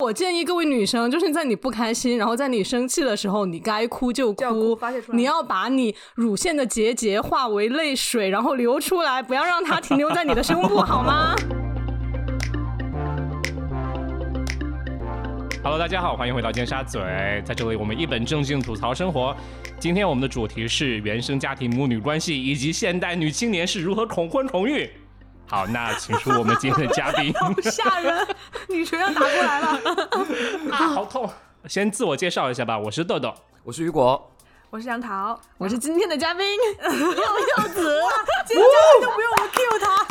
我建议各位女生，就是在你不开心，然后在你生气的时候，你该哭就就要哭发泄出来你要把你乳腺的结节化为泪水，然后流出来，不要让它停留在你的胸部，好吗？ Hello，大家好，欢迎回到尖沙咀，在这里我们一本正经吐槽生活。今天我们的主题是原生家庭母女关系以及现代女青年是如何重婚重育。好，那请出我们今天的嘉宾。吓人，你锤要打过来了。 啊，好痛！先自我介绍一下吧，我是豆豆。我是雨果，我是杨桃，哦我是今天的嘉宾，今天就不用我们 Q 他。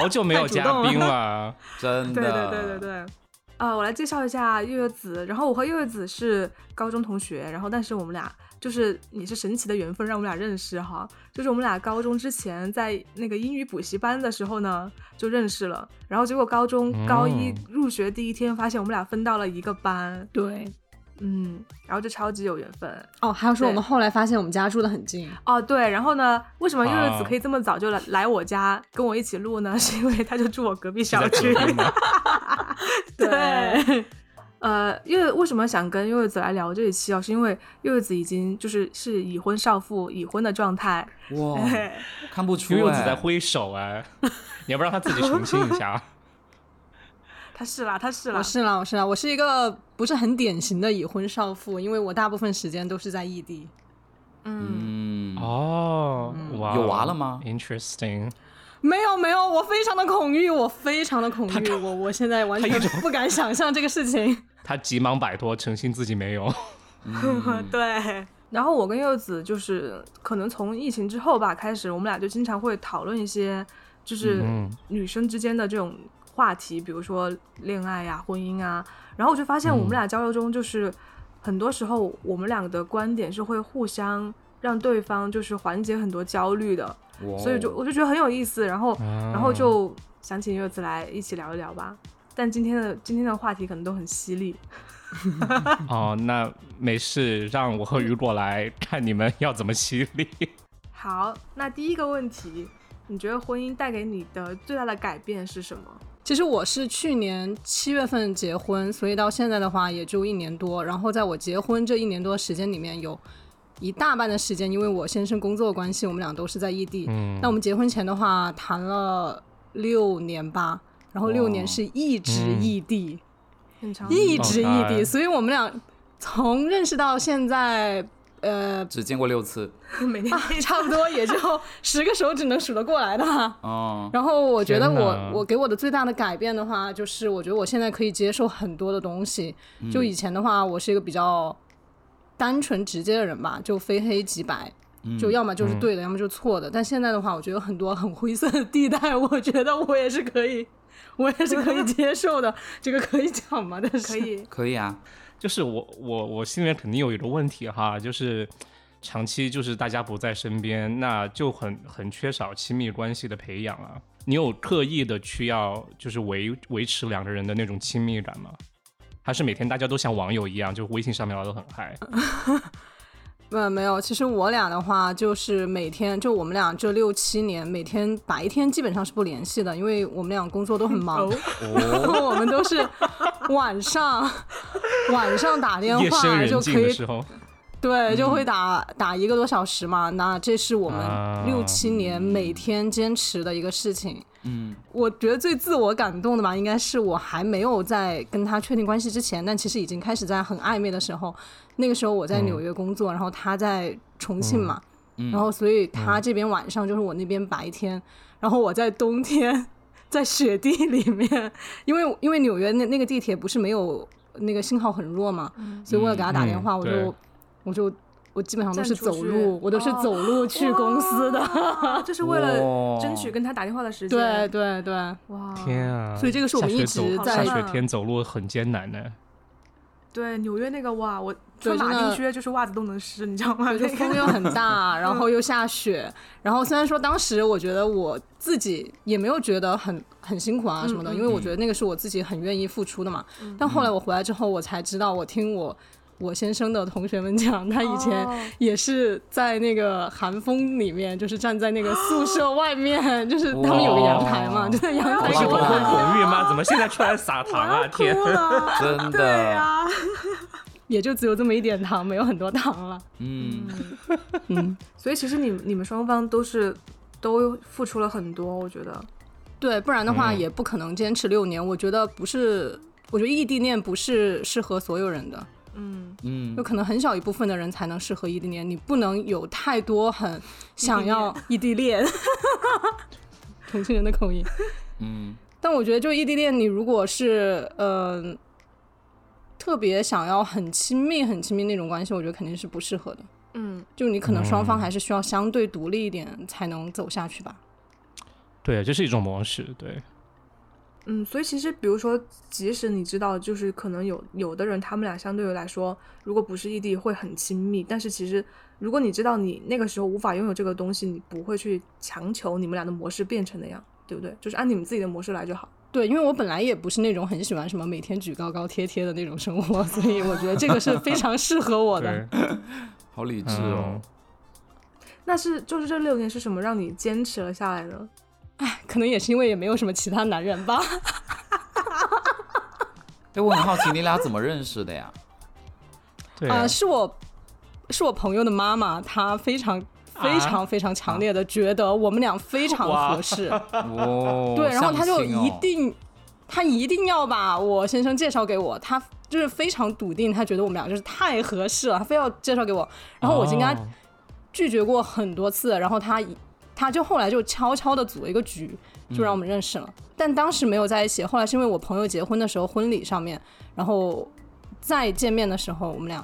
好久没有嘉宾了，真的，对对对对对。呃，我来介绍一下月月子。然后我和月月子是高中同学，然后但是我们俩就是也是神奇的缘分，让我们俩认识哈。就是我们俩高中之前在那个英语补习班的时候呢就认识了，然后结果高中哦嗯高一入学第一天发现我们俩分到了一个班，对。嗯，然后就超级有缘分。哦，还有说对我们后来发现我们家住的很近，哦，对，然后呢，为什么月月子啊可以这么早就来来我家跟我一起录呢？ 是因为他就住我隔壁是小在区隔。壁 吗？对，呃，因为为什么想跟柚柚子来聊这一期啊？是因为柚柚子已经就是是已婚少妇、已婚的状态，哇，看不出悠来，悠子在挥手哎、你要不让她自己澄清一 下？啊她是啦，她是啦我，是啦，我是啦，我是一个不是很典型的已婚少妇，因为我大部分时间都是在异地。嗯，嗯，哦，哇，有娃了吗？Interesting，没有没有，我非常的恐惧，我非常的恐惧，我我现在完全不敢想象这个事情。 她急忙摆脱，澄清自己没有。对。然后我跟柚子就是可能从疫情之后吧开始，我们俩就经常会讨论一些就是嗯女生之间的这种话题，比如说恋爱呀、婚姻啊。然后我就发现嗯我们俩交流中就是很多时候我们两个的观点是会互相让对方就是缓解很多焦虑的。哇哦所以就我就觉得很有意思，然后、啊然后就想请柚子来一起聊一聊吧。但今天的今天的话题可能都很犀利，哦，那没事，让我和雨果来看你们要怎么犀利。好，那第一个问题，你觉得婚姻带给你的最大的改变是什么？其实我是去年七月份结婚，所以到现在的话也就一年多。然后在我结婚这一年多的时间里面，有一大半的时间，因为我先生工作关系，我们俩都是在异地。嗯那我们结婚前的话，谈了六年吧，然后六年哇是一直嗯异地，很长一直异好地，看所以我们俩从认识到现在，呃，只见过六次，每 天啊，差不多也就十个手指能数得过来的。哦，然后我觉得天我哪我给我的最大的改变的话，就是我觉得我现在可以接受很多的东西。就嗯以前的话，我是一个比较单纯直接的人吧，就非黑即白，嗯就要么就是对的，要么就是错的。但现在的话，我觉得有很多很灰色的地带，我觉得我也是可以，我也是可以接受的。这个可以讲吗？但是可以，可以 啊， 就是我我我心里面肯定有一个问题哈，就是长期就是大家不在身边，那就很很缺少亲密关系的培养啊。你有刻意的去要就是维维持两个人的那种亲密感吗？还是每天大家都像网友一样，就微信上面聊得很嗨？呃嗯，没有。其实我俩的话，就是每天，就我们俩这六七年，每天白天基本上是不联系的，因为我们俩工作都很忙，哦，然后我们都是晚上晚上打电夜深话人就静可的以嗯时候，嗯对，就会打、打一个多小时嘛。那这是我啊们六七年每天坚持的一个事情。嗯，我觉得最自我感动的吧，应该是我还没有在跟他确定关系之前，但其实已经开始在很暧昧的时候。那个时候我嗯在纽约工作，然后他在重庆嘛，嗯然后所以他这边晚上就是我那边白天，然后我在冬天 在雪地里面，因为因为纽约那那个地铁不是没有那个信号很弱嘛，所以为了给他打电话，嗯我对就我就我基本上都站是出走去路，我都是哦走路去公司的。哇这是为了哇争取跟他打电话的时间。啊对，对对，哇，天啊！所以这个是我们下雪一直走在下雪天走路很艰难的。对，纽约那个哇，我穿对真马的丁靴就是袜子都能湿，你知道吗？就那个风又很大，然后又下雪，然后虽然说当时我觉得我自己也没有觉得很很辛苦啊什么嗯的，因为我觉得那个是我自己很愿意付出的嘛。但后来我回来之后，我才知道，我听我我先生的同学们讲，他以前哦也是在那个寒风里面，就是站在那个宿 舍外面，就是他们有个阳台嘛，哇就在阳我台 不是上口温红暖，红玉吗？怎么现在出来撒我糖 啊？要 哭天！了，真的对呀、也就只有这么一点糖，没有很多糖了。嗯，嗯， 所以其实你你们双方都是都付出了很多，我觉得。对，不然的话嗯也不可能坚持六年。我觉得不是，我觉得异地恋不是适合所有人的，嗯，嗯有，可能很小一部分的人才能适合异地恋。你不能有太多很想要异地恋， 重庆人的口音。嗯，但我觉得，就异地恋，你如果是嗯、呃特别想要很亲密、很亲密那种关系，我觉得肯定是不适合的。嗯，就你可能双方还是需要相对独立一点，才能走下去吧。 对，这是一种模式，对，嗯，所以其实比如说，即使你知道，就是可能有有的人他们俩相对于来说，如果不是异地会很亲密，但是其实如果你知道你那个时候无法拥有这个东西，你不会去强求你们俩的模式变成那样，对不对？就是按你们自己的模式来就好。对，因为我本来也不是那种很喜欢什么每天举高高贴贴的那种生活，所以我觉得这个是非常适合我的。对，好嗯理智哦，那是就是这六年是什么让你坚持了下来的？可能也是因为也没有什么其他男人吧。哎，我很好奇你俩怎么认识 的呀？对啊、是我是我朋友的妈妈，她非常非常非常强烈的觉得我们俩非常哇合适。哦，对，然后他就相亲哦一定，他一定要把我先生介绍给我，他就是非常笃定，他觉得我们俩就是太合适了，他非要介绍给我。然后我已经跟他哦拒绝过很多次，然后他一他就后来就悄悄的组了一个局，就让我们认识了。但当时没有在一起，后来是因为我朋友结婚的时候婚礼上面，然后再见面的时候，我们俩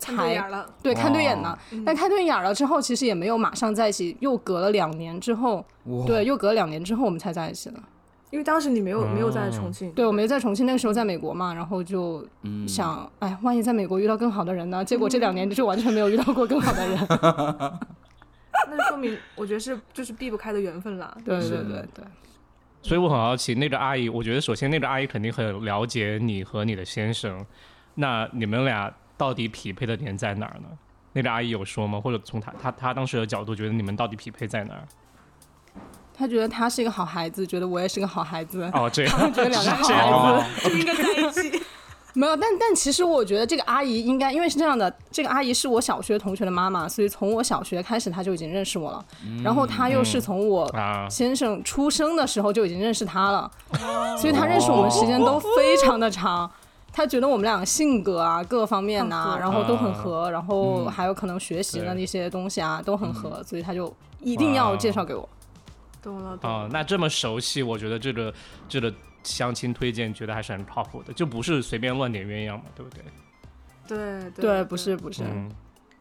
看对才眼儿了，对看对眼了。嗯但看对眼了之后，其实也没有马上在一起，又隔了两年之后，哇，对，又隔了两年之后我们才在一起的。因为当时你没有没有在哦重庆，对，我没在重庆，那个时候在美国嘛，然后就嗯，想，哎，万一在美国遇到更好的人呢？结果这两年就完全没有遇到过更好的人。那就说明我觉得是就是避不开的缘分啦。对对对对，所以我很好奇，那个阿姨，我觉得首先那个阿姨肯定很了解你和你的先生，那你们俩到底匹配的点在哪儿呢？那个阿姨有说吗？或者从她她她当时的角度，觉得你们到底匹配在 哪儿？他觉得他是一个好孩子，觉得我也是个好孩子，哦，这样，觉得两个好这样孩子。哦就应该在一起。没有，但但其实我觉得这个阿姨应该，因为是这样的，这个阿姨是我小学同学的妈妈，所以从我小学开始她就已经认识我了，嗯然后她又是从我啊，先生出生的时候就已经认识他了，哦所以他认识我们时间都非常的长。他觉得我们两个性格啊，各方面呐、很合然后都很合，然后还有可能学习的嗯对嗯那些东西啊，都很合，所以他就一定要介绍给我。 懂了，懂哦了，。那这么熟悉，我觉得这个这个相亲推荐，觉得还是很靠谱的，就不是随便乱点鸳鸯嘛，对不对？对对，不是，不是。嗯，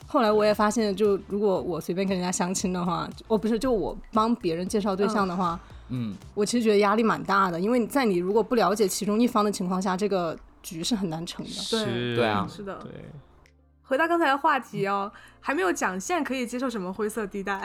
后来我也发现，就如果我随便跟人家相亲的话，哦，不是，就我帮别人介绍对象的话，嗯，我其实觉得压力蛮大的，因为你在你如果不了解其中一方的情况下，这个局是很难成的。是，对啊是的。对。回到刚才的话题哦，还没有讲现在可以接受什么灰色地带。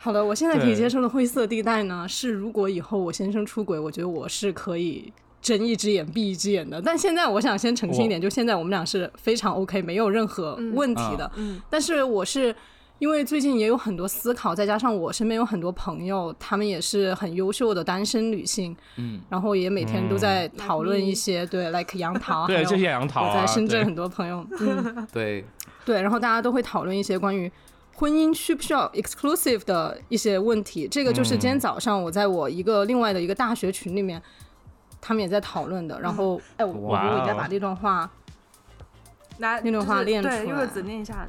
好的，我现在可以对接受的灰色地带呢，是如果以后我先生出轨，我觉得我是可以睁一只眼闭一只眼的。但现在我想先澄清一点，就现在我们俩是非常 OK，没有任何问题的。 嗯但是我是因为最近也有很多思考，再加上我身边有很多朋友，他们也是很优秀的单身女性，嗯，然后也每天都在讨论 Like me 一些、对，like 杨桃，还 对，有这些杨桃我啊，在深对圳很多朋友，嗯。对，对，然后大家都会讨论一些关于婚姻需不需要 exclusive 的一些问题。这个就是今嗯天早上我在我一个另外的一个大学群里面，他们也在讨论的。然后，哎，我我哇觉得我应该哦把这段话，来，那段话就是练出来对，柚子念一下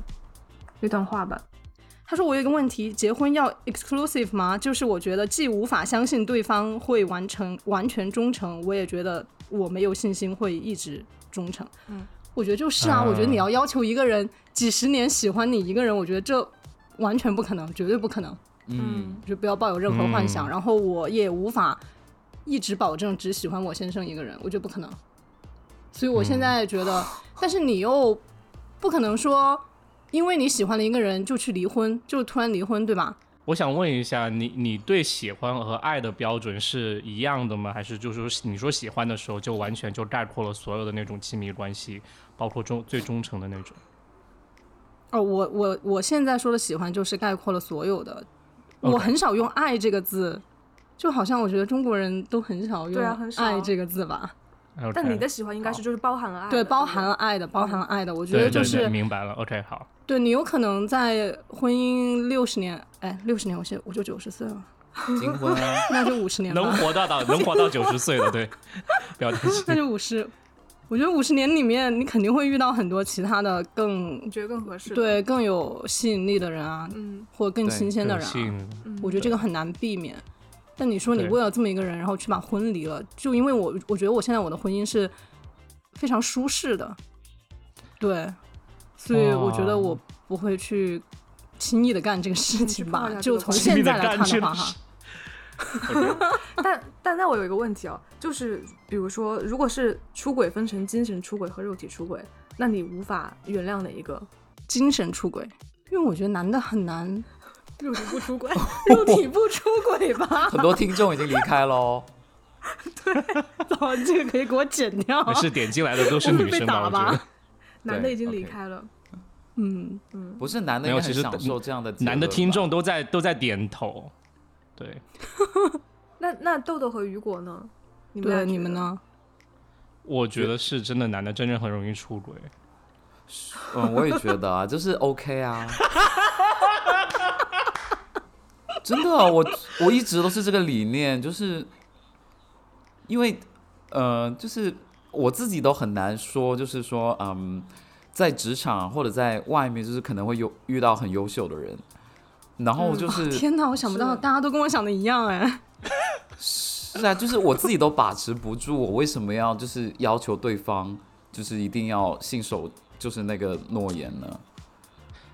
那段话吧。他说我有一个问题，结婚要 exclusive 吗？就是我觉得既无法相信对方会完成完全忠诚，我也觉得我没有信心会一直忠诚。嗯，我觉得就是啊，我觉得你要要求一个人几十年喜欢你一个人，我觉得这完全不可能，绝对不可能。嗯，就不要抱有任何幻想。嗯然后我也无法一直保证只喜欢我先生一个人，我觉得不可能。所以我嗯现在觉得，但是你又不可能说，因为你喜欢了一个人就去离婚，就突然离婚，对吧？我想问一下，你你对喜欢和爱的标准是一样的吗？还是就是说你说喜欢的时候就完全就概括了所有的那种亲密关系，包括忠最忠诚的那种？哦，我我我现在说的喜欢就是概括了所有的。我 OK 很少用“爱”这个字，就好像我觉得中国人都很少对啊用“很少爱”这个字吧。 OK 但你的喜欢应该是就是包含了爱的，对，不包含了爱的，包含了爱的。我觉对得对就对是明白了。OK，好，对你有可能在婚姻六十年，哎，六十年，我现在我就九十岁了，金婚啊，那就五十年能吧，活 到到能活到九十岁的，对，不要担心。那就五十。我觉得五十年里面，你肯定会遇到很多其他的你更觉得更合适？，对更有吸引力的人啊，嗯或更对新鲜的有人、吸啊。引力我觉得这个很难避免。但你说你对为了这么一个人，然后去把婚离了，就因为我我觉得我现在我的婚姻是非常舒适的，对，所以我觉得哦我不会去轻易的干这个事情吧你去就看一。下这个从婚姻现在来看的话，哈，但但那我有一个问题哦，就是比如说，如果是出轨分成精神出轨和肉体出轨，那你无法原谅哪一个？精神出轨，因为我觉得男的很难，肉体不出 轨，肉体不出轨吧？很多听众已经离开喽。 哦，这个可以给我剪掉。没事，点进来的都是我会女被生啊打吧？我吧觉得男的已经，OK 离开了。嗯，不是男的没有应该很其实享受这样的结男的论听吧众都在都在点头，对。那那豆豆和雨果呢？你们俩对，觉你得们？呢？我觉得是真的，男的真正很容易出轨。嗯，我也觉得啊，就是 OK 啊。真的啊、我我一直都是这个理念，就是因为呃，就是我自己都很难说，就是说，嗯，在职场或者在外面，就是可能会有遇到很优秀的人，然后就嗯是、哦天哪，我想不到是大家都跟我想的一样哎。是啊，就是我自己都把持不住，我为什么要就是要求对方就是一定要信守就是那个诺言呢？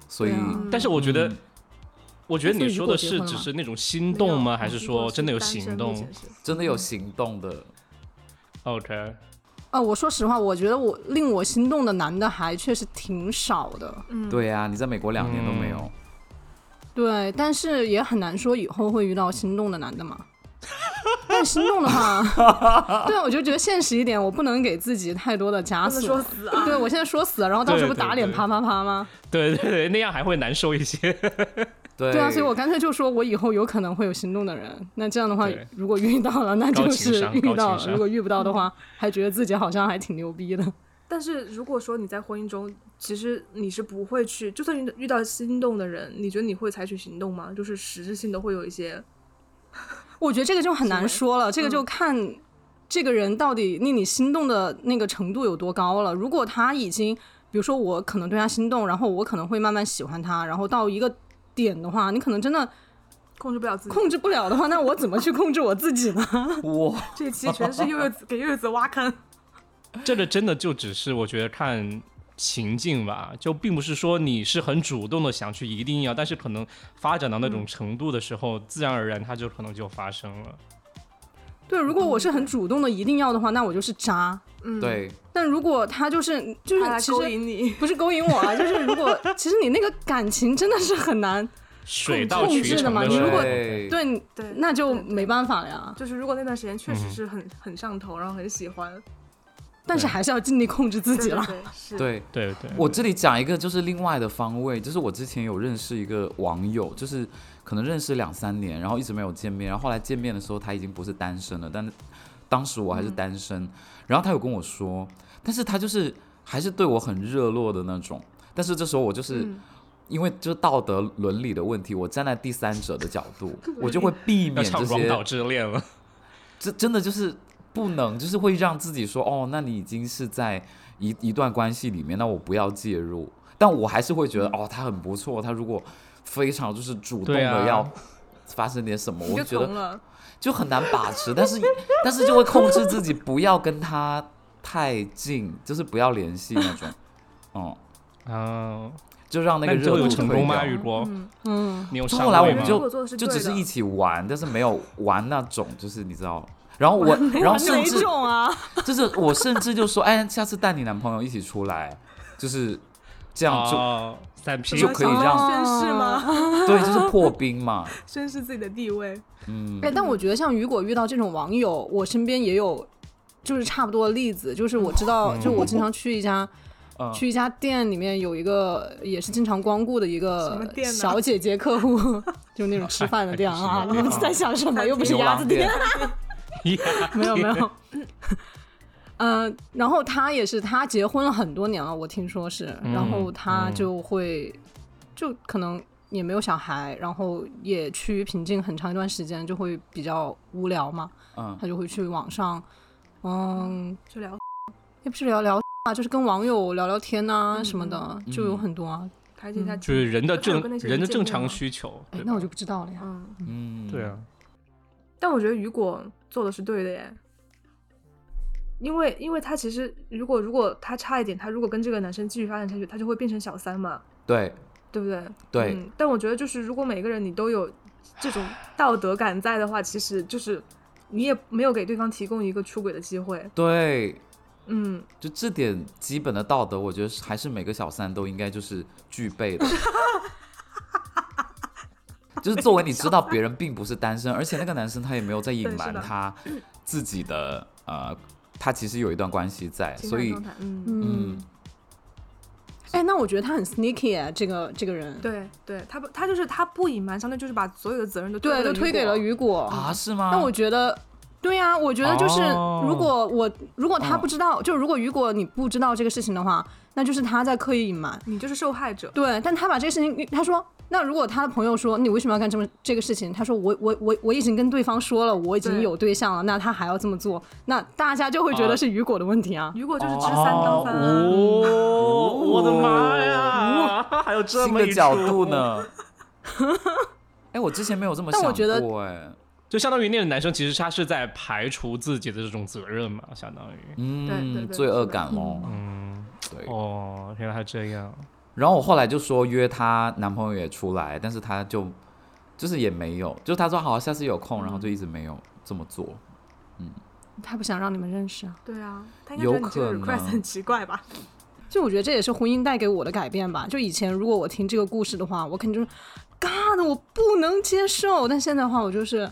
所以、对嗯啊但是我觉得，嗯我觉得你说的所以是如果结婚了吗只啊是那种心动没吗？有还是雨果说真的有单身行目动前是真的嗯有行动的， ？OK， 啊，我说实话，我觉得我令我心动的男的还确实挺少的，嗯，对啊，你在美国两年都没嗯有，对，但是也很难说以后会遇到心动的男的嘛。但心动的话， 对，我就觉得现实一点，我不能给自己太多的枷不能锁。说死啊！对，我现在说死了，然后到时候不对对打脸对啪啪啪吗？对对对，那样还会难受一些。 对对啊，所以我干脆就说，我以后有可能会有心动的人。那这样的话对，如果遇到了，那就高情是商遇高到情了；商如果遇不到的话，还觉得自己好像还挺牛逼的。但是如果说你在婚姻中，其实你是不会去，就算遇遇到心动的人，你觉得你会采取行动吗？就是实质性的会有一些，我觉得这个就很难说了，这个就嗯看这个人到底令你心动的那个程度有多高了。如果他已经，比如说我可能对他心动，然后我可能会慢慢喜欢他，然后到一个点的话，你可能真的控制不了自己。控制不了的话，那我怎么去控制我自己 呢？哇，这期全是柚子给柚子挖坑，这个真的就只是我觉得看情境吧，就并不是说你是很主动的想去一定要，但是可能发展到那嗯种程度的时候，自然而然它就可能就发生了。对，如果我是很主动的一定要的话，那我就是渣。嗯，，对，但如果他就是就是他来其勾实引你，不是勾引我 啊，就是如果其实你那个感情真的是很难，水到控渠制的成嘛的啊你时如候果，对对，你 对，那就对对没办法了呀。就是如果那段时间确实是很、很上头，然后很喜欢但是还是要尽力控制自己对了。对对是，对对对，我这里讲一个就是另外的方位，就是我之前有认识一个网友，就是可能认识两三年，然后一直没有见面，然后后来见面的时候他已经不是单身了，但是当时我还是单身，嗯然后他有跟我说，但是他就是还是对我很热络的那种，但是这时候我就是。嗯因为就是道德伦理的问题，我站在第三者的角 度，我就会避要免唱这《广岛些，之恋》了。 这真的就是不能，就是会让自己说，哦，那你已经是在一一段关系里面，那我不要介入。但我还是会觉得，哦，他很不错，他如果非常就是主动对啊的要发生点什么，你我就觉从得了，就很难把持。但是但是就会控制自己不要跟他太近，就是不要联系那种，嗯，啊，就让那那个你最热后度有成退功吗？掉雨果，嗯，嗯，你有后上来位我们吗就如果做的是就对只是的一起玩，但是没有玩那种，就是你知道。然后我，然后甚哪至种啊？就是我甚至就说，哎，下次带你男朋友一起出来，就是这样就哦三 P 就可以让宣誓吗？ 对，就是破冰嘛，宣誓自己的地位。嗯哎，但我觉得像雨果遇到这种网友，我身边也有，就是差不多的例子。就是我知道， 就我经常去一家、嗯去一家店里面有一个也是经常光顾的一什么个店呢小姐姐客户， 就那种吃饭的店啊 还还。你还们在想什么？还 又不是牛鸭郎子店店。， 啊没有没有。 呃，然后他也是，他结婚了很多年了，我听说是，然后他就会，就可能也没有小孩，然后也趋于平静很长一段时间，就会比较无聊嘛，嗯他就会去网上，嗯，就聊也不是聊聊啊，就是跟网友聊聊天呐、什么的，就有很多啊。排解一下嗯情就是人的那他有正跟那些人人的见正面吗常需求。哎对，那吧我就不知道了呀。嗯，嗯，对啊，但我觉得雨果做的是对的耶，因为因为他其实如果如果他差一点，他如果跟这个男生继续发展下去，他就会变成小三嘛，对对不对？对嗯。但我觉得就是如果每个人你都有这种道德感在的话，其实就是你也没有给对方提供一个出轨的机会。对，嗯，就这点基本的道德，我觉得是还是每个小三都应该就是具 备的。就是作为你知道别人并不是单身，而且那个男生他也没有在隐对是瞒的他自己的呃，他其实有一段关系在，情所感以状态，嗯，嗯嗯，，哎，那我觉得他很 sneaky 哎，这个这个人，对对，他不他就是他不隐瞒，相当于就是把所有的责任都对，了都推给了雨雨果啊是吗？那我觉得，对呀、我觉得就是，哦如果我如果他哦不知道，就如果如果你不知道这个事情的话，那就是他在刻意隐瞒。果，你就是受害者。对，但他把这个事情，他说，那如果他的朋友说你为什么要干这么这个事情，他说我我我我已经跟对方说了，我已经对有对象了，那他还要这么做，那大家就会觉得是雨果的问题啊。雨果就是知哦三当三、啊哦，我的妈呀！还有这哦新么的一角出度，呢。 哎，我之前没有这么但想我过，觉得哎，就相当于那个男生其实他是在排除自己的这种责任嘛，相当于。对对嗯，对罪恶是的感咯。嗯，对。哦，原来还这样。然后我后来就说约她男朋友也出来，但是她就就是也没有，就她说好下次有空，然后就一直没有这么做。他不想让你们认识啊。对啊，他应该觉得你这个有可能 request 很奇怪吧？就我觉得这也是婚姻带给我的改变吧。就以前如果我听这个故事的话，我肯定就是 God，我不能接受。但现在的话，我就是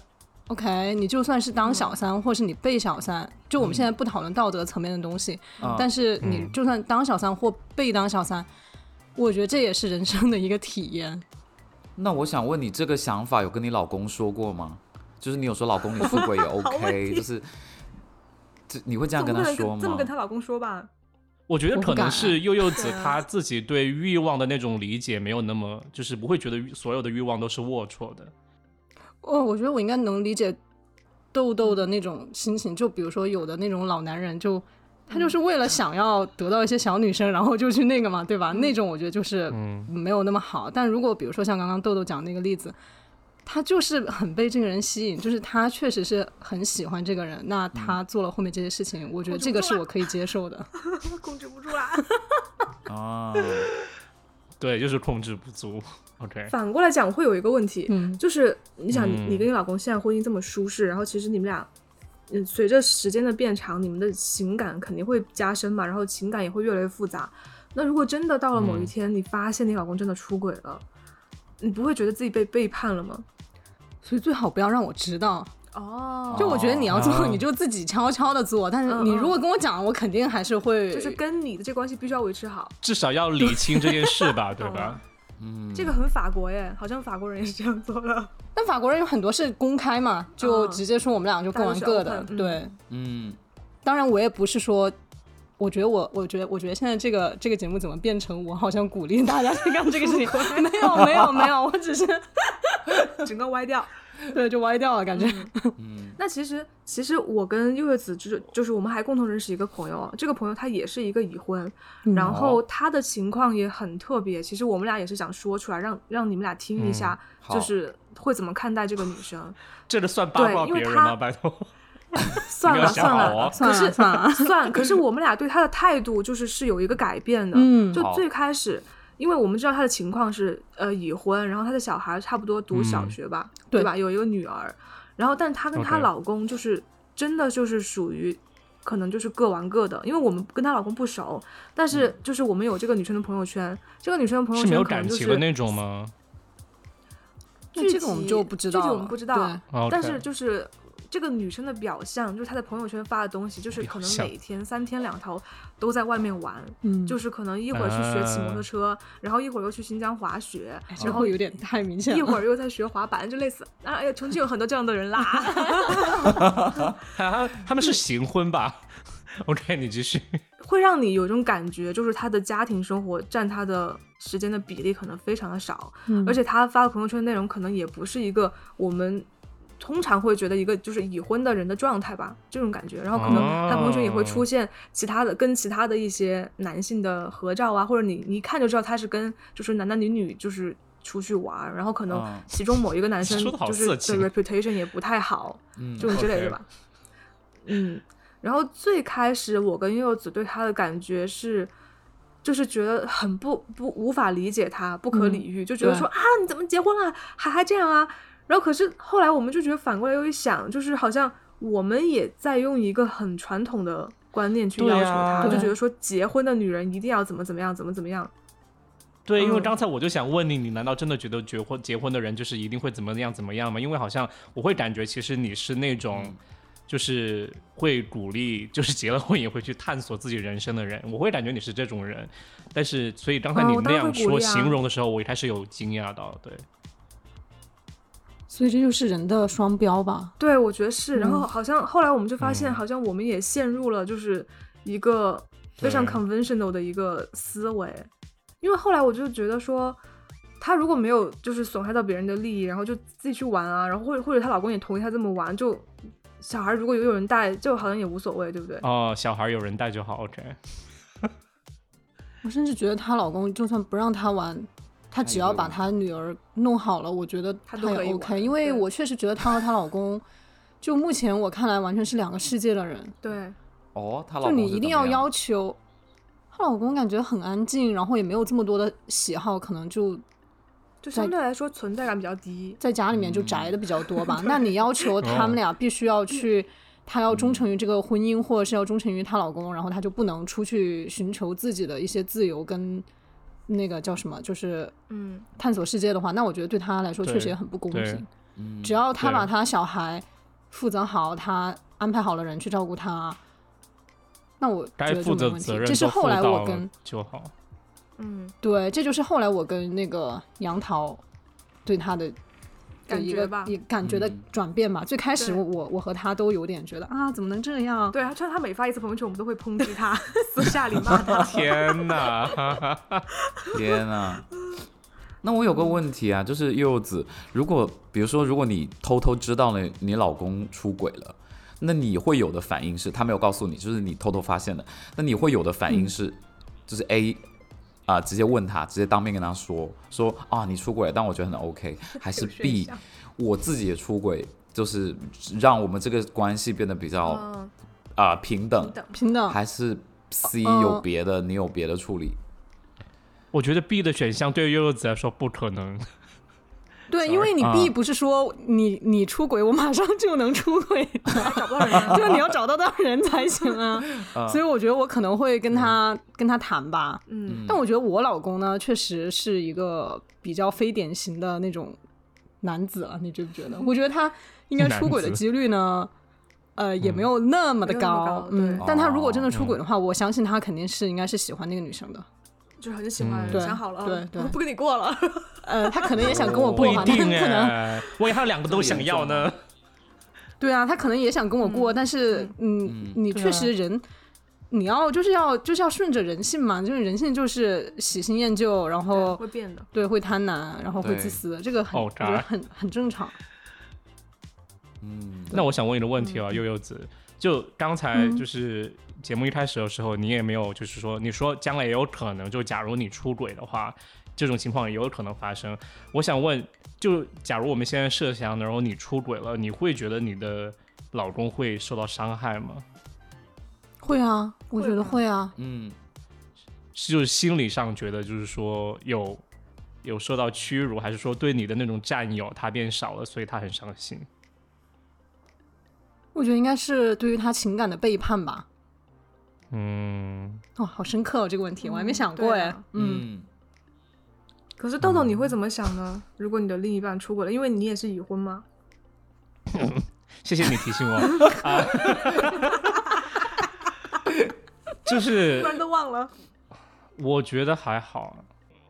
OK，你就算是当小三，或是你被小三，就我们现在不讨论道德层面的东西，嗯但是你就算当小三或被当小三，我觉得这也是人生的一个体验。那我想问你，这个想法有跟你老公说过吗？就是你有说老公你出轨也 OK，就是这你会这样总不跟可他能说跟这么吗跟？她老公说吧？我觉得我不可能敢是悠悠 子她自己对欲望的那种理解没有那么，就是不会觉得欲所有的欲望都是龌龊的。哦，我觉得我应该能理解豆嗯豆的那种心情。就比如说，有的那种老男人就，嗯他就是为了想要得到一些小女生，然后就去那个嘛，对吧？那种我觉得就是嗯没有那么好。但如果比如说像刚刚豆豆讲那个例子，他就是很被这个人吸引，就是他确实是很喜欢这个人，那嗯他做了后面这些事情，我觉得这个是我可以接受 的。控制不住啦。啊，对，就是控制不足。OK， 哎反过来讲，会有一个问题，嗯就是你想，你嗯你跟你老公现在婚姻这么舒适，然后其实你们俩，嗯，随着时间的变长，你们的情感肯定会加深嘛，然后情感也会越来越复杂。那如果真的到了嗯某一天，你发现你老公真的出轨了，你不会觉得自己被背叛了吗？所以最好不要让我知道。哦就我觉得你要做，哦你就自己悄悄的做。但是嗯你嗯如果跟我讲，我肯定还是会就是跟你的这关系必须要维持好，至少要理清这件事 吧，对懂吧了？嗯这个很法国耶，好像法国人也是这样做的。 但法国人有很多是公开嘛，就嗯直接说我们俩就各玩各大家的都。是 open，嗯对，嗯，当然我也不是说，我觉得我，我觉得，我觉得现在这个这个节目怎么变成我好像鼓励大家去干这个事情？ 没有，没有，没有，我只是 整个歪掉。对就歪掉了，感觉。那其实，其实我跟悠悠子就是就是我们还共同认识一个朋友，这个朋友他也是一个已婚，嗯然后他的情况也很特别。其实我们俩也是想说出来，让让你们俩听一下，好就是会怎么看待这个女生。这个算八对卦因为别人他吗？拜托。算了你们算要想好了哦，算了可是算了算可是我们俩对他的态度就是是有一个改变的。嗯就好最开始，因为我们知道他的情况是呃已婚，然后他的小孩差不多读小学吧，嗯对嗯对吧？有一个女儿，然后但他跟她 OK 老公就是真的就是属于可能就是各玩各的，因为我们跟她老公不熟，嗯但是就是我们有这个女生的朋友圈，这个女生的朋友是没圈有可能感就情的是那种吗？那具这个嗯我们体就不知道具了，体我们不知道对哦，但是就是这个女生的表象，就是她在朋友圈发的东西，就是可表能象每天三天两头都在外面玩，嗯，就是是可能一会儿去学骑摩托啊车，然后一会儿又去新疆滑雪，哎这会有点太明显一了。会儿又在学滑板，就类似啊，哎呀，重庆有很多这样的人啦， 他他嗯们是行婚吧 ？OK，你继续。会让你有一种感觉，就是她的家庭生活占她的时间的比例可能非常的少，嗯而且她发的朋友圈内容可能也不是一个我们。通常会觉得一个就是已婚的人的状态吧，这种感觉。然后可能她朋友圈也会哦出现其他的、跟其他的一些男性的合照啊，或者你你一看就知道他是跟就是男男女女就是出去玩儿，然后可能嗯其中某一个男生哦说得好就是色的情 reputation 也不太好，嗯这种之类 OK 的吧。嗯，然后最开始我跟柚子对他的感觉是，就是觉得很不不无法理解他，不可理喻，就觉得嗯对说啊你怎么结婚了还还这样啊？然后可是后来我们就觉得反过来又一想，就是好像我们也在用一个很传统的观念去对要求啊他，就对觉得说结婚的女人一定要怎么怎么样怎么怎么样。对，因为嗯刚才我就想问你，你难道真的觉得结婚结婚的人就是一定会怎么样怎么样吗？因为好像我会感觉，其实你是那嗯种，就是会鼓励，就是结了婚也会去探索自己人生的人。我会感觉你是这种人，但是所以刚才哦你我那当然样会鼓说励啊形容的时候，我一开始有惊讶到，对，所以这就是人的双标吧？对，我觉得是。然后嗯好像后来我们就发现，嗯好像我们也陷入了就是一个非常对 conventional 的一个思维，因为后来我就觉得说。她如果没有就是损害到别人的利益，然后就自己去玩啊，然后或者或者她老公也同意她这么玩，就小孩如果有有人带，就好像也无所谓，对不对？哦，小孩有人带就好，OK。我甚至觉得她老公就算不让她玩，她她只也要会把玩她女儿弄好了，我觉得她她都可以也 OK。玩因为对我确实觉得她和她老公，就目前我看来完全是两个世界的人。对，哦，她老就公你是一怎定么要样要求，她老公感觉很安静，然后也没有这么多的喜好，可能就就相对来说存在感比较低。在家里面就宅的比较多嗯吧。那你要求他哦们俩必须要 去，她嗯要忠诚于这个婚姻，或者是要忠诚于她老公，然后她就不能出去寻求自己的一些自由跟那个叫什么，就是嗯，探索世界的话，那我觉得对她来说确实对也很不公对平。嗯只要她对把她小孩负责好，她安排好了人去照顾她。那我觉该得就负没责问题责，任这是都负后来到我了跟就好。嗯，对，这就是后来我跟那个杨桃对他的的感一觉个吧一个感觉的嗯转变吧。最开始对我我我和他都有点觉得啊，怎么能这样？对，她她每发一次朋友圈，我们都会抨击她， 私下里骂她。天哪！天啊！那我有个问题啊，就是柚子，如果比如说，如果你偷偷知道了你老公出轨了，那你会有的反应是，他没有告诉你，就是你偷偷发现的，那你会有的反应是，就是 A 啊、直接问他，直接当面跟他说说啊，你出轨了，但我觉得很 OK，还是有选 B 项我自己也出轨，就是让我们这个关系变得比较啊、嗯，平平等，等。平等，还是 C 呃有别的，你有别的处理，我觉得 B 的选项对于柚子来说不可能。对，因为你啊 B 不是说你你出轨，我马上就能出轨，找不到人啊。就你要找得到人才行啊。所以我觉得我可能会跟他跟他谈吧。 嗯，但我觉得我老公呢，确实是一个比较非典型的那种男子啊了，你觉不觉得？我觉得他应该出轨的男子几率呢，呃，也没有那么的没有那高么高。嗯对，但他如果真的出轨的话，我相信他肯定是应该是喜欢那个女生的。就是很喜欢，嗯对想好了，对对我不跟你过了。呃，他可能也想跟我不过一嘛，但定 可能哎，万一他两个都想要呢？对啊，他可能也想跟我过，但是嗯，你确实人。你要就是要就是要顺着人性嘛，就是人性就是喜新厌旧，然后 嗯会变的，对会贪婪，然后会对自私，这个很好我渣觉得很很正常。嗯。那我想问一个问题啊，嗯悠悠子，就刚才就是节目一开始的时候，你也没有就是说，你说将来也有可能，就假如你出轨的话，这种情况也有可能发生。我想问，就假如我们现在设想，然后你出轨了，你会觉得你的老公会受到伤害吗？会啊，我会觉得吧会啊，嗯是就是心理上觉得就是说有有受到屈辱，还是说对你的那种占有他变少了，所以他很伤心？我觉得应该是对于他情感的背叛吧。嗯，哦，好深刻哦，这个问题我还没想过对哎啊。嗯，嗯，可是豆豆，你会怎么想呢？如果你的另一半出轨了，因为你也是已婚吗？谢谢你提醒我啊，就是突然都忘了。我觉得还好。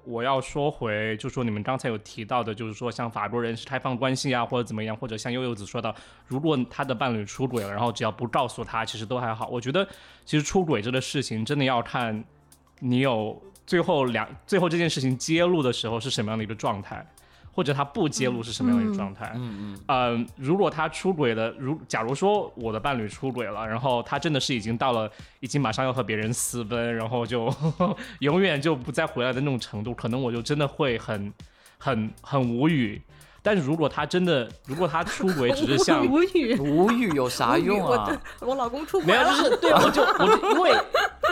我要说回，就说你们刚才有提到的，就是说像法国人是开放关系啊，或者怎么样，或者像悠悠子说到，如果他的伴侣出轨了，然后只要不告诉他，其实都还好。我觉得其实出轨这个事情真的要看你有最后两最后这件事情揭露的时候是什么样的一个状态，或者他不揭露是什么样的一个状态。嗯嗯。嗯，如果他出轨了，如假如说我的伴侣出轨了，然后他真的是已经到了已经马上要和别人私奔，然后就 永远就不再回来的那种程度，可能我就真的会很很很无语。但是如果他真的，如果他出轨只是像无 语，无语有啥用我啊的？我老公出轨 没有，了就，是对，我就我就因为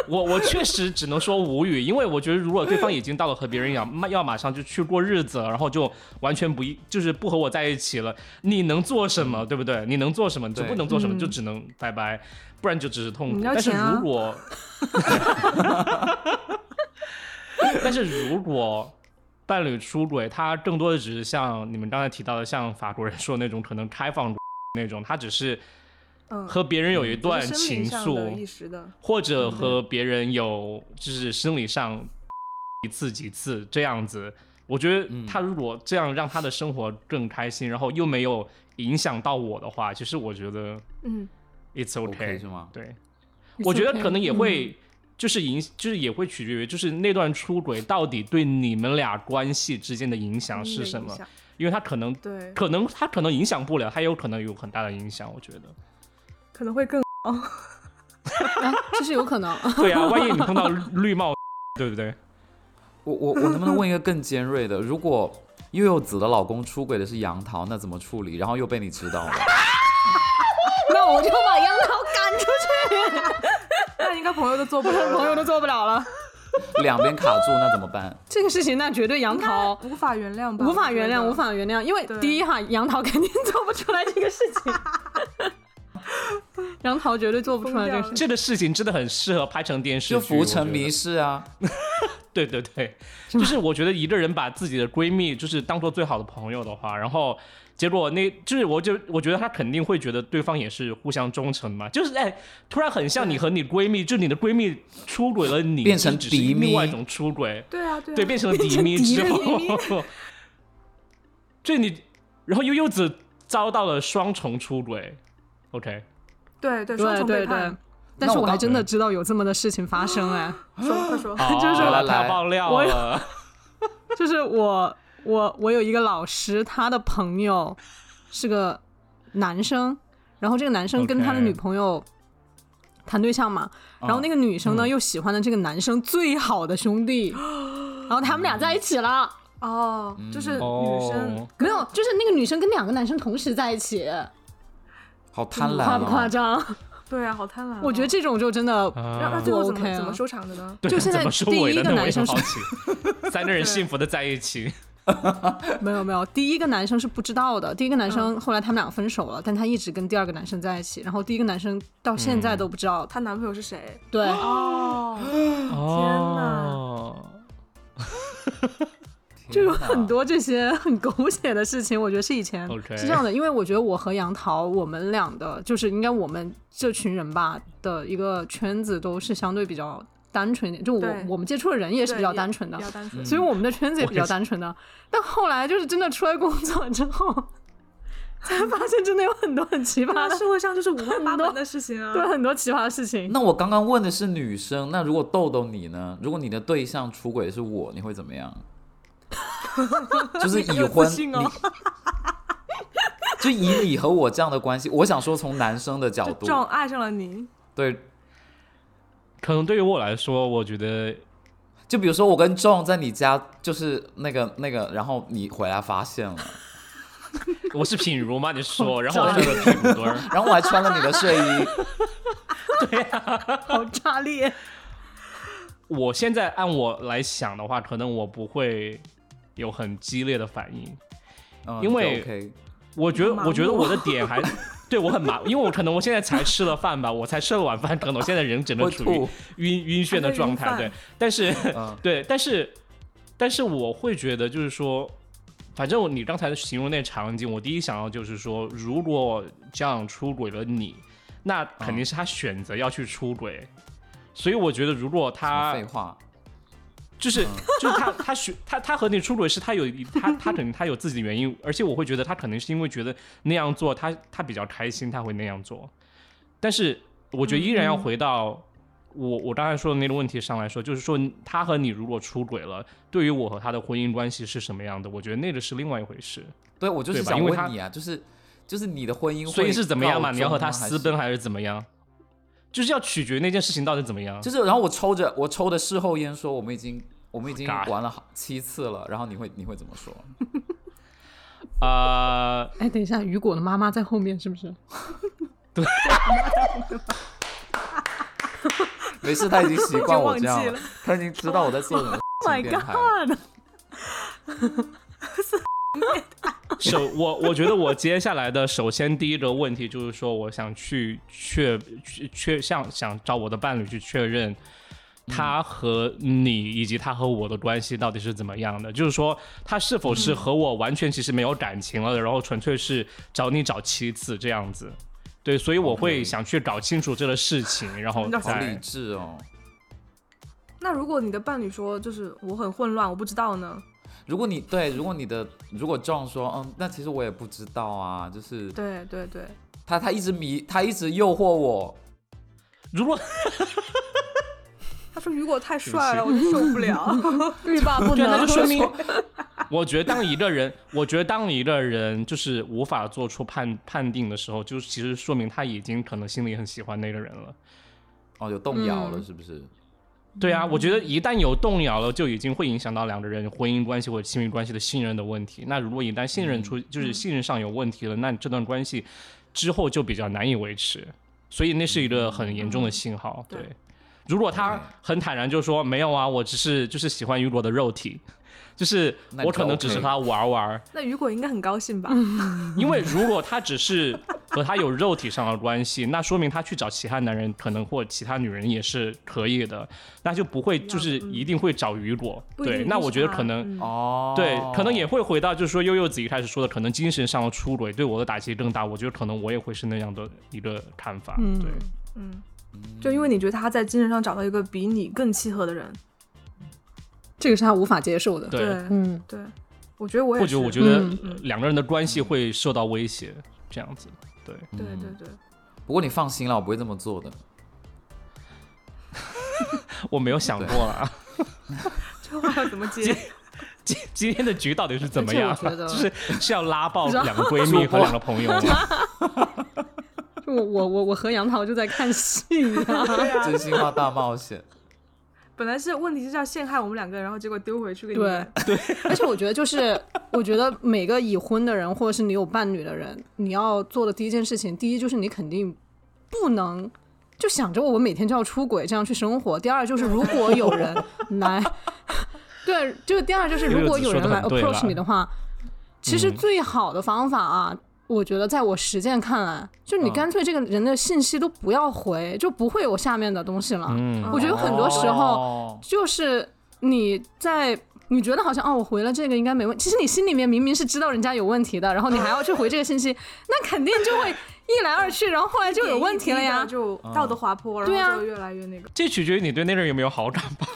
我我确实只能说无语，因为我觉得如果对方已经到了和别人一样，要马上就去过日子了，然后就完全不一，就是不和我在一起了，你能做什么，对不对？你能做什么？你就对不能做什么，嗯就只能拜拜，不然就只是痛苦。你要但是钱啊如果， 但是如果。伴侣出轨，他更多的只是像你们刚才提到的，像法国人说的那种可能开放 那种，他只是嗯，和别人有一段只是生情理上的愫，一时的，或者和别人有就是生理上 一次几次这样子，我觉得他如果这样让他的生活更开心，然后又没有影响到我的话，其实我觉得嗯， it's OK OK，是吗？对， It's 我觉得 okay 可能也会就是影，就是也会取决于就是那段出轨到底对你们俩关系之间的影响啊是什影么，响？因为他可能对，可能他可能影响不了，他有可能有很大的影响，我觉得。可能会 更啊，这是有可能。 对啊，万一你碰到绿帽， 对不对？我我我能不能问一个更尖锐的？如果悠悠子的老公出轨的是杨桃，那怎么处理？然后又被你知道了，那我就把杨桃赶出去，那应该 朋友都做不了朋了，友都做不了了。两边卡住，那怎么 办？这个事情，那绝对杨桃无法原谅吧？无法原谅，我觉得无。法原谅。因为对第一哈，杨桃肯定做不出来这个事 情，杨桃绝对做不出来这个事情。疯这个事情真的很适合拍成电视剧，就浮沉我觉迷得。失啊！对对 对，就是我觉得一个人把自己的闺蜜就是当做最好的朋友的话，然后结果那就是我就我觉得她肯定会觉得对方也是互相忠诚嘛，就是哎，突然很像你和你闺蜜，就你的闺蜜出轨了你，变成就只是敌蜜另外一种出轨，对啊，对啊，对，变成了敌蜜之 后，这你然后悠悠子遭到了双重出轨，OK， 对对，双对重对背对叛。，但是那我我还当真的知道有这么的事情发生哎。说快说，就是哦来她来爆料我了。就是我我我有一个老师，他的朋友是个男生，然后这个男生跟他的 OK 女朋友谈对象嘛然后那个女生呢、又喜欢了这个男生最好的兄弟，然后他们俩在一起了。哦，就是 女生嗯哦，没有，就是那个女生跟两个男生同时在一起，好贪婪夸不夸啊！张？对啊，好贪婪哦。我觉得这种就真的，那那啊最后怎不 OK 么啊怎么收场的呢？对就现在怎么收第尾一的个呢？我男也生很好奇， 三个人幸福的在一起，没有没有，第一个男生是不知道的。第一个男生嗯后来他们俩分手了，但他一直跟第二个男生在一起，然后第一个男生到现在都不知道。他她男朋友是谁？对，哦，哦，就有天哪很多这些很狗血的事情，我觉得是以前 OK 是这样的，因为我觉得我和杨桃，我们俩的，就是应该我们这群人吧的一个圈子都是相对比较单纯一点，就我对我们接触的人也是比较对单纯的比，较单纯。所以我们的圈子也比较嗯我也是单纯的。但后来就是真的出来工作之后， 才发现真的有很多很奇葩 那的，社会上就是五花八门的事情啊。对很多奇葩的事情。那我刚刚问的是女生，那如果豆豆你呢？如果你的对象出轨是我，你会怎么样？就是已好有婚，自你 信哦就以你和我这样的关系，我想说从男生的角就度，撞爱上了你，对，可能对于我来说，我觉得就比如说我跟 John 在你家，就是那个那个，然后你回来发 现了，我是品如嘛，你说，然后我是个屁股墩儿，然后我还穿了你的睡衣，好炸裂！我现在按我来想的话，可能我不会有很激烈的反应，嗯，因为 OK，我觉得麻木我觉得我的点还 对我很麻，因为我可能我现在才吃了饭吧，我才吃了晚饭，可能我现在人整个会处于吐， 晕晕眩的状态，还在晕对饭，但是嗯 对，但是但是我会觉得就是说，反正我你刚才形容那场景，我第一想到就是说，如果这样出轨了你，那肯嗯定是他选择要去出轨，所以我觉得如果他废话，嗯就是就是他他选他他和你出轨是他有他他肯定他有自己的原因，而且我会觉得他可能是因为觉得那样做他他比较开心，他会那样做。但是我觉得依然要回到我我刚才说的那个问题上来说，就是说他和你如果出轨了，对于我和他的婚姻关系是什么样的？我觉得那个是另外一回事。对我就是对吧想因为他问你啊，就是就是你的婚姻会所以是怎么样嘛？告你要和他终吗私奔还是怎么样？就是要取决于那件事情到底怎么样。就是，然后我抽着我抽着事后烟说，我们已经我们已经 Oh God 玩了好七次了，然后你会你会怎么说？啊、哎，等一下，雨果的妈妈在后面是不是？没事，他已经习惯我我已这经忘样记 了，他已经知道我在做什么 Oh my 情变态了。首我我觉得我接下来的首先第一个问题就是说，我想去确确确想想找我的伴侣去确认嗯他和你以及他和我的关系到底是怎么样的，就是说他是否嗯是和我完全其实没有感情了，然后纯粹是找你找妻子这样子。对，所以哦我会想去搞清楚这个事情，然后那好理再智哦！那如果你的伴侣说就是我很混乱，我不知道呢？如果你对，如果你的如果 John 说，嗯，那其实我也不知道啊，就是对对对，他他一直迷，他一直诱惑我，如果他说雨果太帅了，我就受不 了。欲罢不对，能，那就说明， 我觉得当一个人，我觉得当一个人就是无法做出判判定的时候，就是其实说明他已经可能心里很喜欢那个人了。哦，有动摇了，嗯是不是？对嗯啊，我觉得一旦有动摇了，就已经会影响到两个人婚姻关系或者亲密关系的信任的问题。那如果一旦信任嗯出，就是信任上有问题了，那这段关系之后就比较难以维持。所以那是一个很严重的信号。嗯对，如果他 OK 很坦然就说没有啊，我只是就是喜欢雨果的肉体， 就是那我就可能只是 OK 和他玩玩儿。那雨果应该很高兴吧？嗯因为如果他只是和他有肉体上的关系，那说明他去找其他男人可能或其他女人也是可以的，那就不会就是一定会找雨果。不一定对，是那我觉得他可能、嗯哦，对，可能也会回到就是说悠悠子一开始说的，可能精神上的出轨对我的打击更大。我觉得可能我也会是那样的一个看法。嗯对，嗯，就因为你觉得他在精神上找到一个比你更契合的人，这个是他无法接受的。对嗯，对，我觉得我也或是，者我觉得嗯呃两个人的关系会受到威胁，这样子。对，嗯对对对，不过你放心啦，我不会这么 做的。我没有想过对啊。这话要怎么接？ 今 今天的局到底是怎么而且我样？觉得 就是是要拉爆不知道两个闺蜜和两个朋友吗？就我我我我和杨桃就在看戏啊。对啊，真心话大冒险，本来是问题是要陷害我们两个，然后结果丢回去给你对们。对，而且我觉得就是，我觉得每个已婚的人，或者是你有伴侣的人，你要做的第一件事情，第一就是你肯定不能就想着我每天就要出轨这样去生活。第二就是如果有人来， 对，就是第二就是如果有人来悠悠子说得很对啦嗯 approach 你的话，其实最好的方法啊。我觉得，在我实践看来，就你嗯干脆这个人的信息都不要回，就不会有下面的东西了。嗯，我觉得很多时候，哦就是你在你觉得好像哦，我回了这个应该没问，其实你心里面明明是知道人家有问题的，然后你还要去回这个信息，那肯定就会一来二去，然后后来就有问题了呀。就嗯道德滑坡，对然啊后就越来越那个。这取决于你对那个人有没有好感吧。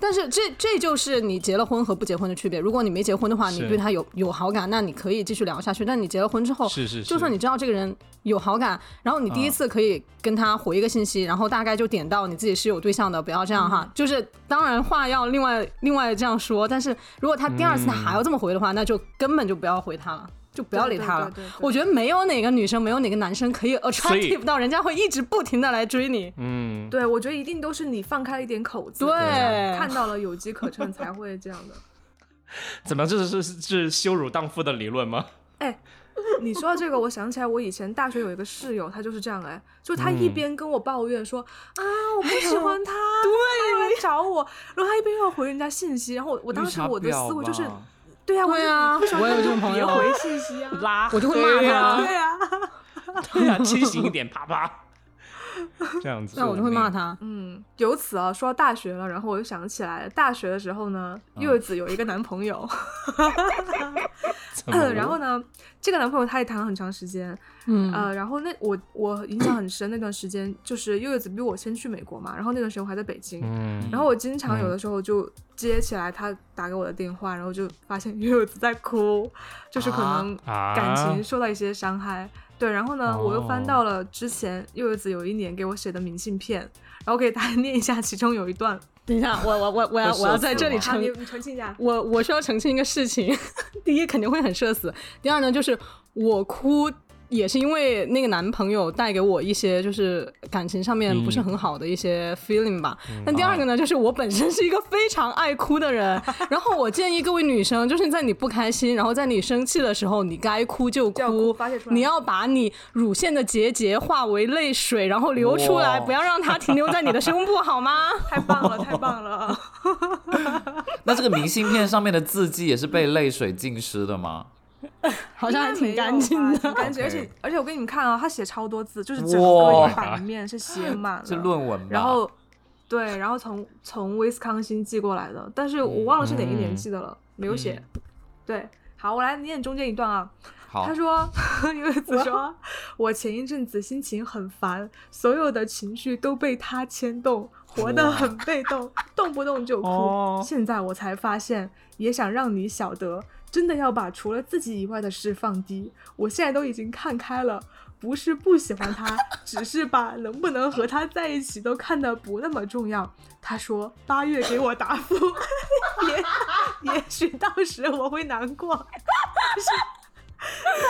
但是这这就是你结了婚和不结婚的区别。如果你没结婚的话，你是对他有有好感，那你可以继续聊下去。但你结了婚之后，是是是，就嗯算你知道这个人有好感，然后你第一次可以跟他回一个信息，然后大概就点到你自己是有对象的，不要这样哈。就是当然话要另外另外这样说，但是如果他第二次他还要这么回的话，那就根本就不要回他了，就不要理他了对对对对。对我觉得没有哪个女生，没有哪个男生可以所以 attractive 到人家会一直不停的来追你。嗯，对，我觉得一定都是你放开了一点口子，对，啊看到了有机可乘才会这样的。怎么这是是是羞辱荡妇的理论吗？你说到这个，我想起来，我以前大学有一个室友，他就是这样哎，就他嗯一边跟我抱怨说、啊，哎我不喜欢他，对，他来找我，然后他一边要回人家信息，然后我我当时绿茶我的婊思维就是吧对 呀、对啊我就我也有这种朋友别回 信息啊， 拉我就会骂他 对啊呀、对啊，清醒一点，啪啪， 这样子。那我就会骂。他。嗯，由此啊，说到大学了，然后我就想起来，大学的时候呢，嗯柚子有一个男朋友，怎么呃 了然后呢，这个男朋友他也谈了很长时间，嗯呃，然后那我我印象很深那段时间，就是柚子比我先去美国嘛，然后那段时间我还在北京，嗯然后我经常有嗯的时候就接起来他打给我的电话，然后就发现柚子在哭，就是可啊能啊，感情受到一些伤害。对，然后呢，我又翻哦到了之前柚子有一年给我写的明信片，然后给大家 念一下其中有一段。等一下，我我我我要会我要社死在这里吗好，澄你你澄清一下。我我需要澄清一个事情， 第一肯定会很社死，第二呢就是我哭也是因为那个男朋友带给我一些就是感情上面不是很好的一些 feeling 吧。嗯那、第 啊二个呢，就是我本身是一个非常爱哭的人，然后我建议各位女生，就是在你不开心，然后在你生气的时候，你该哭就就要哭发泄出来你要把你乳腺的结节化为泪水，然后流出来，哇不要让它停留在你的胸部，好吗？太棒了，太棒了！那这个明信片上面的字迹也是被泪水浸湿的吗？好像还挺应该没有干净吧的。挺干净。而 OK 且而且我给你们看啊，他写超多字，就是整个哇一版面是写 满了。是论文吧？嗯然后对，然后从从威斯康星寄过来的，但是我忘了是哪一年嗯寄的了，没有写。对，好，我来念中间一段啊。好他，说，有一次说，我前一阵子心情很烦，所有的情绪都被他牵动，活得很被动，动不动就哭。哦现在我才发现，也想让你晓得，真的要把除了自己以外的事放低。我现在都已经看开了。不是不喜欢他，只是把能不能和他在一起都看得不那么重要。他说八月给我答复， 也也许到时我会难过。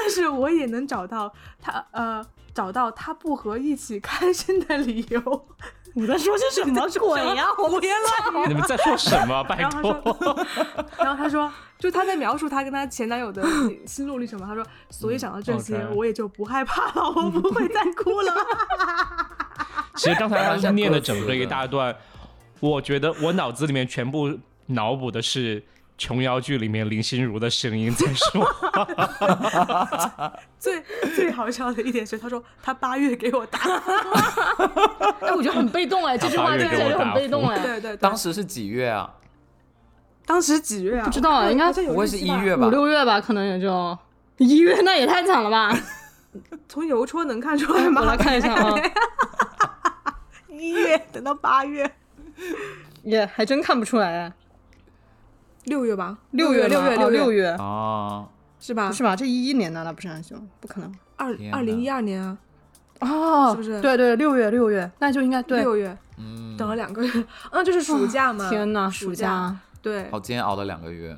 但是我也能找到他呃找到他不和一起开心的理 由。你在说些什 么鬼呀、我不知道。你们在说什么？拜然后他托， 然后他说，就他在描述他跟他前男友的心路历程嘛。他说，所以想到嗯这些， OK 我也就不害怕了，我不会再哭了。 其实刚才他念了整个一大段，我觉得我脑子里面全部脑补的是。琼瑶剧里面林心如的声音在说话，最最好笑的一点是，他说他八月给我打。哎，我觉得很被动哎，这句话听起来就很被动哎。对对对，当时是几月啊？当时几月啊？不知道啊应该好像有不会日是期一吧月五吧？六月吧，可能也就一月，那也太惨了吧！从邮戳能 看出来吗？嗯我来看一下啊，一月等到八月。也还真看不出来哎。六月吧，六月六吗月哦六六月月，啊，是吧不？是吧？这一一年的那不是很凶，不可能二天哪二零一二年啊，哦是不是对对，六月六月，那就应该对。六月嗯，等了两个月，嗯，就是暑假嘛。天呐，呐，暑暑假对好，，今天熬了两个月，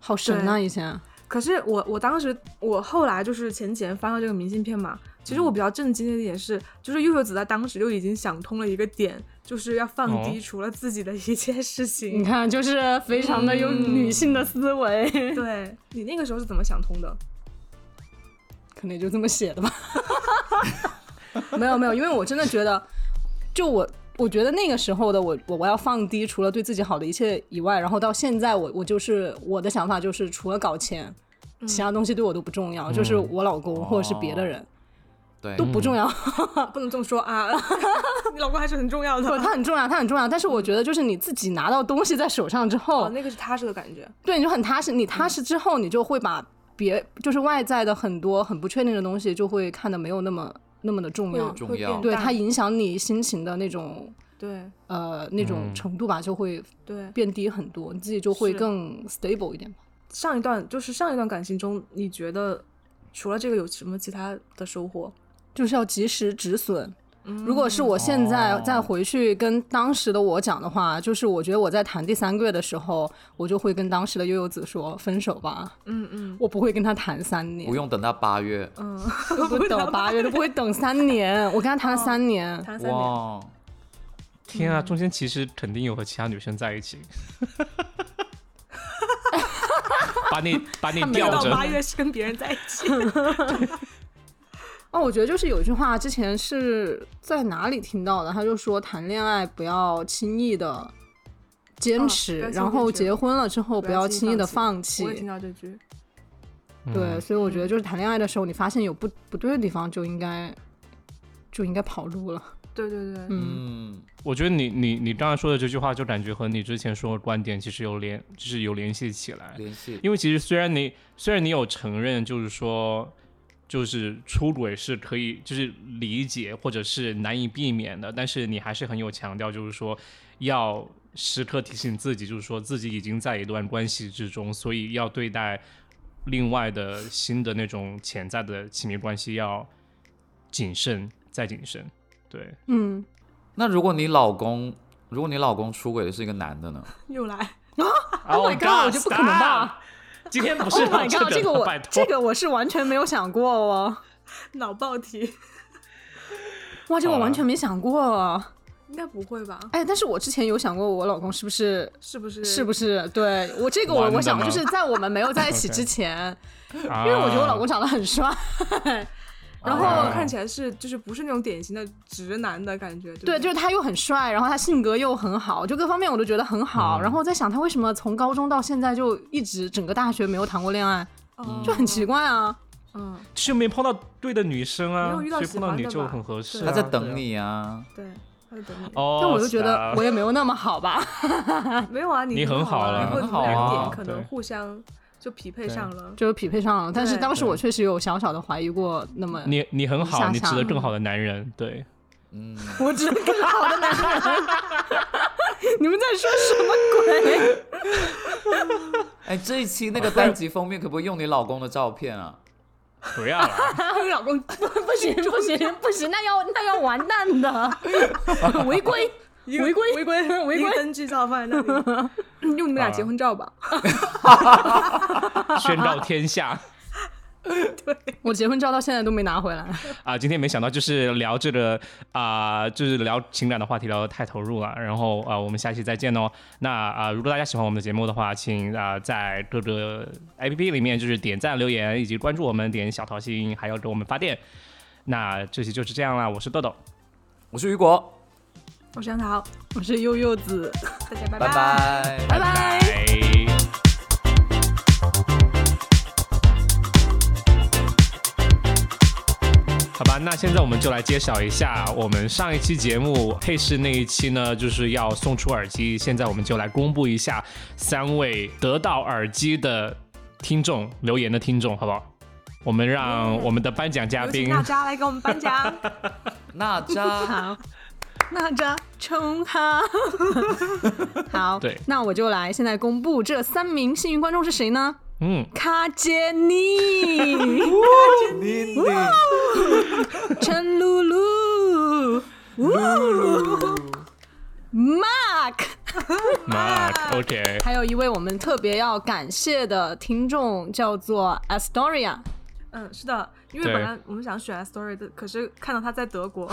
好神啊！对以前可是我我当时我后来就是前几天翻到这个明信片嘛，其实我比较震惊的一点是，就是悠悠子在当时就已经想通了一个点，就是要放低哦除了自己的一切事你情。看，就是非常的有女性的思维，对你那个时候是怎么想通的？可能也就这么写的吧。 没有没有，因为我真的觉得，就我我觉得那个时候的我，我我要放低除了对自己好的一切以外，然后到现在我我就是我的想法就是除了搞钱，嗯其他东西对我都不重要，就是我老公或者是别的人、对，都不重要。不能这么说啊， 你老公还是很重要不，的。他很重要，他很重要。但是我觉得就是你自己拿到东西在手上之后， 哦，那个是踏实的感觉。对，你就很踏实。你踏实之后，你就会把别就是外在的很多很不确定的东西，就会看得没有那么那么的重要会。重会变要对淡它影响你心情的那种对呃那种嗯程度吧，就会对。变低很多，你自己就会是更 stable 一点吧。上一段就是上一段感情中，你觉得除了这个有什么其他的收获？就是要及时止损。如果是我现在哦再回去跟当时的我讲的话，就是我觉得我在谈第三个月的时候，我就会跟当时的悠悠子说分手吧，嗯嗯我不会跟他谈三年不，用等到八月，嗯，都不等八月，都不会等三年，我跟他谈了三年，谈三年，哇，天嗯啊！中间其实肯定有和其他女生在一 起，把你把你没有吊到着，八月是跟别人在一起。哦，我觉得就是有一句话，之前是在哪里听到的，他就说谈恋爱不要轻易的坚持，哦不要轻易然后坚持结婚了之后不不要要轻易轻易的放放弃我。也听到这句，对，嗯所以我觉得就是谈恋爱的时候，你发现有不不对的地方，就应该就应该跑路了。对对对，嗯，嗯，我觉得你你你刚才说的这句话，就感觉和你之前说的观点其实有联，就是有联系起来。嗯联系，因为其实虽然你虽然你有承认，就是说，就是出轨是可以就是理解或者是难以避免的，但是你还是很有强调，就是说要时刻提醒自己，就是说自己已经在一段关系之中，所以要对待另外的新的那种潜在的亲密关系要谨慎再谨慎。对，嗯，那如果你老公，如果你老公出轨的是一个男的呢？又来， Oh my god，我就不可能吧。今天不 是 Oh my 这 god，这个我拜托这个我是完全没有想过哦，脑爆题，哇，这个我好吧完全没想过哦。应该不会吧？哎，但是我之前有想过，我老公是不是是不是？是不是？对我这个我玩的我想过，吗就是在我们没有在一起 OK 之前，因因为我觉得我老公长得很帅， 然啊后看起来是就是不是那种典型的直男的感觉，对，对不就是他又很帅，然后他性格又很好，就各方面我都觉得很好。嗯然后我在想，他为什么从高中到现在就一直整个大学没有谈过恋爱，哦就很奇怪啊。嗯，就没碰到对的女生啊，没有遇到所以喜碰到欢你的就吧很合适、啊。他对在等你啊，对，他在等你。哦，但我就觉得 Star 我也没有那么好吧。 没有啊，你你很很好了然后很你们好两啊点可能对互相就匹配上了。就是匹配上了，但是对当时我对确实有小小的怀疑过，那么你你很一下好，下你值得更好的男人。对，嗯，我只能更好的男人。 你们在说什么鬼？ 哎，这一期那个单集封面可不可以用你老公的照片啊？不要了，啊，老公不不行不行不行，那要那要完蛋 的，违规违规违规违一个规。灯具照放在那 里，用你们俩结婚照吧。宣告天 下我结婚照到现在都没拿回来。啊！今天没想到就是聊这个啊、就是聊情感的话题聊得太投入了。然后啊、我们下期再见哦。那啊、如果大家喜欢我们的节目的话，请啊、在各个 APP 里面就是点赞、留言以及关注我们，点小桃心，还要给我们发电。那这期就是这样啦，我是豆豆，我是雨果，我是杨桃，我是悠悠子，大家拜拜拜。拜拜。拜好吧，那现在我们就来揭晓一下，我们上一期节目配饰那一期呢，就是要送出耳机。现在我们就来公布一下三位得到耳机的听众留言的听众，好不好？我们让我们的颁奖 嘉有请宾娜扎来给我们颁奖。娜扎，好，那扎冲哈。好，对那我就来现在公布这三名幸运观众是谁呢？嗯，卡杰尼、你你陈露露、Mark，马 OK， 还有一位我们特别要感谢的听众叫做 Astoria，嗯，是的，因为对本来我们想选 Story 的，可是看到他在德 国，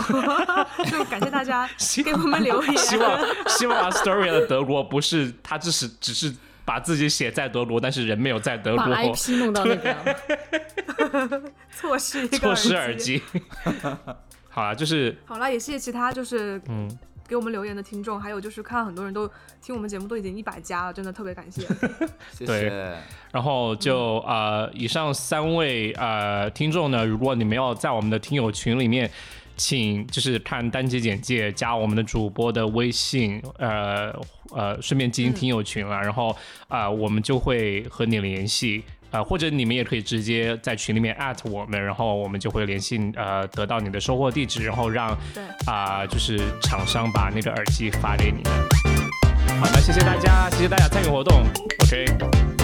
就感谢大家给我们留言。希望 希望 Astoria 的德国不是他只是只是把自己写在德国，但是人没有在德把国， IP 弄到那边了。错失一个错失耳。机。 好了，就是好了，也谢谢其他就是嗯，给我们留言的听众，还有就是看很多人都听我们节目都已经一百加了，真的特别感 谢。谢对谢，然后就呃，以上三位呃听众呢，如果你们要在我们的听友群里面。请就是看单集简介，加我们的主播的微信，呃呃，顺便进行听友群了，然后啊、呃我们就会和你联系，啊、或者你们也可以直接在群里面艾特我们，然后我们就会联系，呃，得到你的收货地址，然后让对啊、就是厂商把那个耳机发给你们。好的，谢谢大家，谢谢大家参与活动，OK，